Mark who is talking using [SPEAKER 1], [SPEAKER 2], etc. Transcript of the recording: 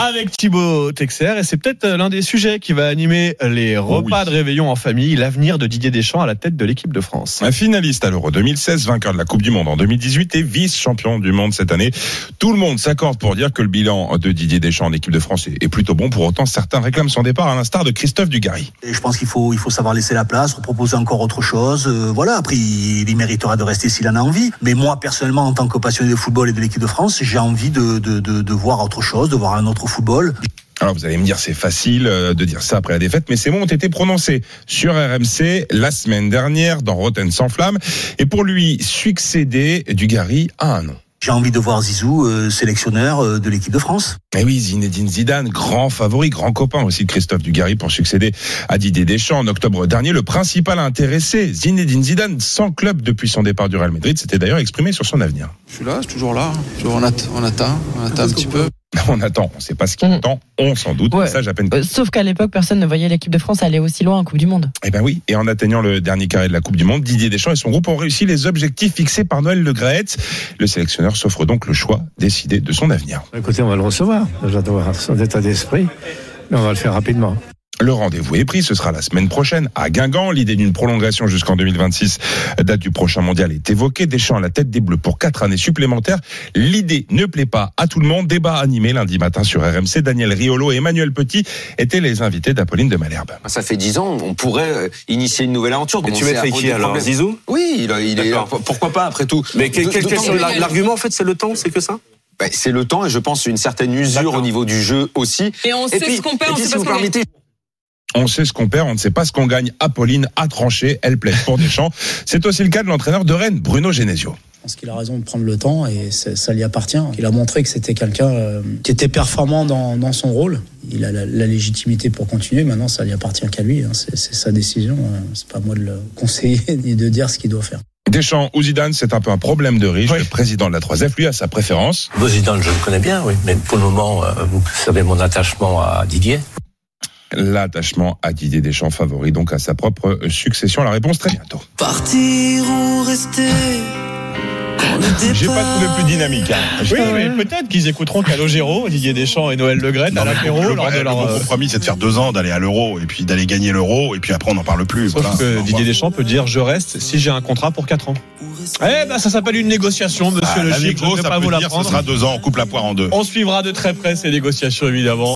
[SPEAKER 1] avec Thibaut Texer et c'est peut-être euh, l'un des sujets qui va animer les
[SPEAKER 2] Oh
[SPEAKER 1] repas de réveillon en famille, l'avenir de Didier Deschamps à la tête de l'équipe de France.
[SPEAKER 3] Un finaliste à l'Euro 2016, vainqueur de la Coupe du Monde en 2018 et vice-champion du monde cette année. Tout le monde s'accorde pour dire que le bilan de Didier Deschamps en équipe de France est est plutôt bon. Pour autant, certains réclament son départ, à l'instar de Christophe Dugarry.
[SPEAKER 4] Et je pense qu'il faut, il faut savoir laisser la place, proposer encore autre chose. Euh, voilà, après, il, il méritera de rester s'il en a envie. Mais moi, personnellement, en tant que passionné de football et de l'équipe de France, j'ai envie de, de, de, de voir autre chose, de voir un autre football.
[SPEAKER 3] Alors vous allez me dire c'est facile euh, de dire ça après la défaite, mais ces mots ont été prononcés sur RMC la semaine dernière dans Rotten sans flamme. Et pour lui succéder, Dugarry a un nom.
[SPEAKER 4] J'ai envie de voir Zizou, euh, sélectionneur euh, de l'équipe de France.
[SPEAKER 3] Eh oui, Zinedine Zidane, grand favori, grand copain aussi de Christophe Dugarry pour succéder à Didier Deschamps en octobre dernier. Le principal intéressé, Zinedine Zidane, sans club depuis son départ du Real Madrid, s'était d'ailleurs exprimé sur son avenir.
[SPEAKER 5] Je suis là, je suis toujours là. Je- on, att- on attend, on attend un petit peu.
[SPEAKER 3] On attend, on ne sait pas ce qu'il
[SPEAKER 6] Mhm.
[SPEAKER 3] attend, on s'en doute,
[SPEAKER 6] Ouais.
[SPEAKER 3] message à peine.
[SPEAKER 6] Euh, Sauf qu'à l'époque, personne ne voyait l'équipe de France aller aussi loin en Coupe du Monde.
[SPEAKER 3] Eh ben oui, et en atteignant le dernier carré de la Coupe du Monde, Didier Deschamps et son groupe ont réussi les objectifs fixés par Noël Le Graët. Le sélectionneur s'offre donc le choix décidé de son avenir.
[SPEAKER 2] Bah, Écoutez, on va le recevoir. J'adore son état d'esprit. Mais on va le faire rapidement.
[SPEAKER 3] Le rendez-vous est pris, ce sera la semaine prochaine à Guingamp. L'idée d'une prolongation jusqu'en 2026, date du prochain mondial, est évoquée. Deschamps à la tête des Bleus pour quatre années supplémentaires. L'idée ne plaît pas à tout le monde. Débat animé lundi matin sur RMC. Daniel Riolo et Emmanuel Petit étaient les invités d'Apolline de Malherbe.
[SPEAKER 7] Ça fait 10 ans, on pourrait euh, initier une nouvelle aventure.
[SPEAKER 8] Et
[SPEAKER 7] Donc,
[SPEAKER 8] tu
[SPEAKER 7] on s'est
[SPEAKER 8] mettrais qui
[SPEAKER 7] arrosé de
[SPEAKER 8] alors
[SPEAKER 7] problèmes.
[SPEAKER 8] Zizou
[SPEAKER 7] Oui, il, a- il est.
[SPEAKER 8] D'accord.
[SPEAKER 7] alors, Pourquoi pas après tout
[SPEAKER 8] Mais quel,
[SPEAKER 7] De-
[SPEAKER 8] quel- quel
[SPEAKER 7] d'autant
[SPEAKER 8] serait
[SPEAKER 7] que-
[SPEAKER 8] l'ar- l'argument en fait C'est le temps, c'est que ça
[SPEAKER 7] Ben, C'est le temps et je pense une certaine usure
[SPEAKER 8] D'accord.
[SPEAKER 7] au niveau du jeu aussi.
[SPEAKER 9] Et on sait ce qu'on perd,
[SPEAKER 7] et
[SPEAKER 9] on
[SPEAKER 7] puis,
[SPEAKER 9] sait
[SPEAKER 7] si
[SPEAKER 9] pas
[SPEAKER 7] vous
[SPEAKER 9] ce qu'on gagne.
[SPEAKER 7] permettez,
[SPEAKER 3] On sait ce qu'on perd, on ne sait pas ce qu'on gagne. Apolline a tranché, elle plaide pour Deschamps. C'est aussi le cas de l'entraîneur de Rennes, Bruno Genesio.
[SPEAKER 2] Je pense qu'il a raison de prendre le temps et c'est- ça lui appartient. Il a montré que c'était quelqu'un euh, qui était performant dans, dans son rôle. Il a la, la légitimité pour continuer. Maintenant, ça lui appartient qu'à lui. hein. C'est c'est sa décision. hein. C'est pas à moi de le conseiller ni de dire ce qu'il doit faire.
[SPEAKER 3] Deschamps ou Zidane, c'est un peu un problème de riche. Le président de la 3F, lui, a sa préférence.
[SPEAKER 8] Zidane, je le connais bien, oui. Mais pour le moment, euh, vous savez mon attachement à Didier.
[SPEAKER 3] L'attachement à Didier Deschamps favori donc à sa propre succession. La réponse très bientôt.
[SPEAKER 9] Partir ou rester
[SPEAKER 3] J'ai pas trouvé plus dynamique. hein.
[SPEAKER 1] Oui, mais peut-être qu'ils écouteront Calogero, Didier Deschamps et Noël Le Graët à l'apéro lors de leur. euh,
[SPEAKER 2] compromis, c'est de faire deux ans, d'aller à l'euro et puis d'aller gagner l'euro. Et puis après, on n'en parle plus.
[SPEAKER 1] Sauf que Didier Deschamps peut dire je reste si j'ai un contrat pour 4 ans. Eh ben ça s'appelle une négociation,
[SPEAKER 2] Ah,
[SPEAKER 1] monsieur Le Chic, je ne vais pas vous l'apprendre.
[SPEAKER 2] deux ans, on coupe la poire en deux.
[SPEAKER 1] On suivra de très près ces négociations évidemment.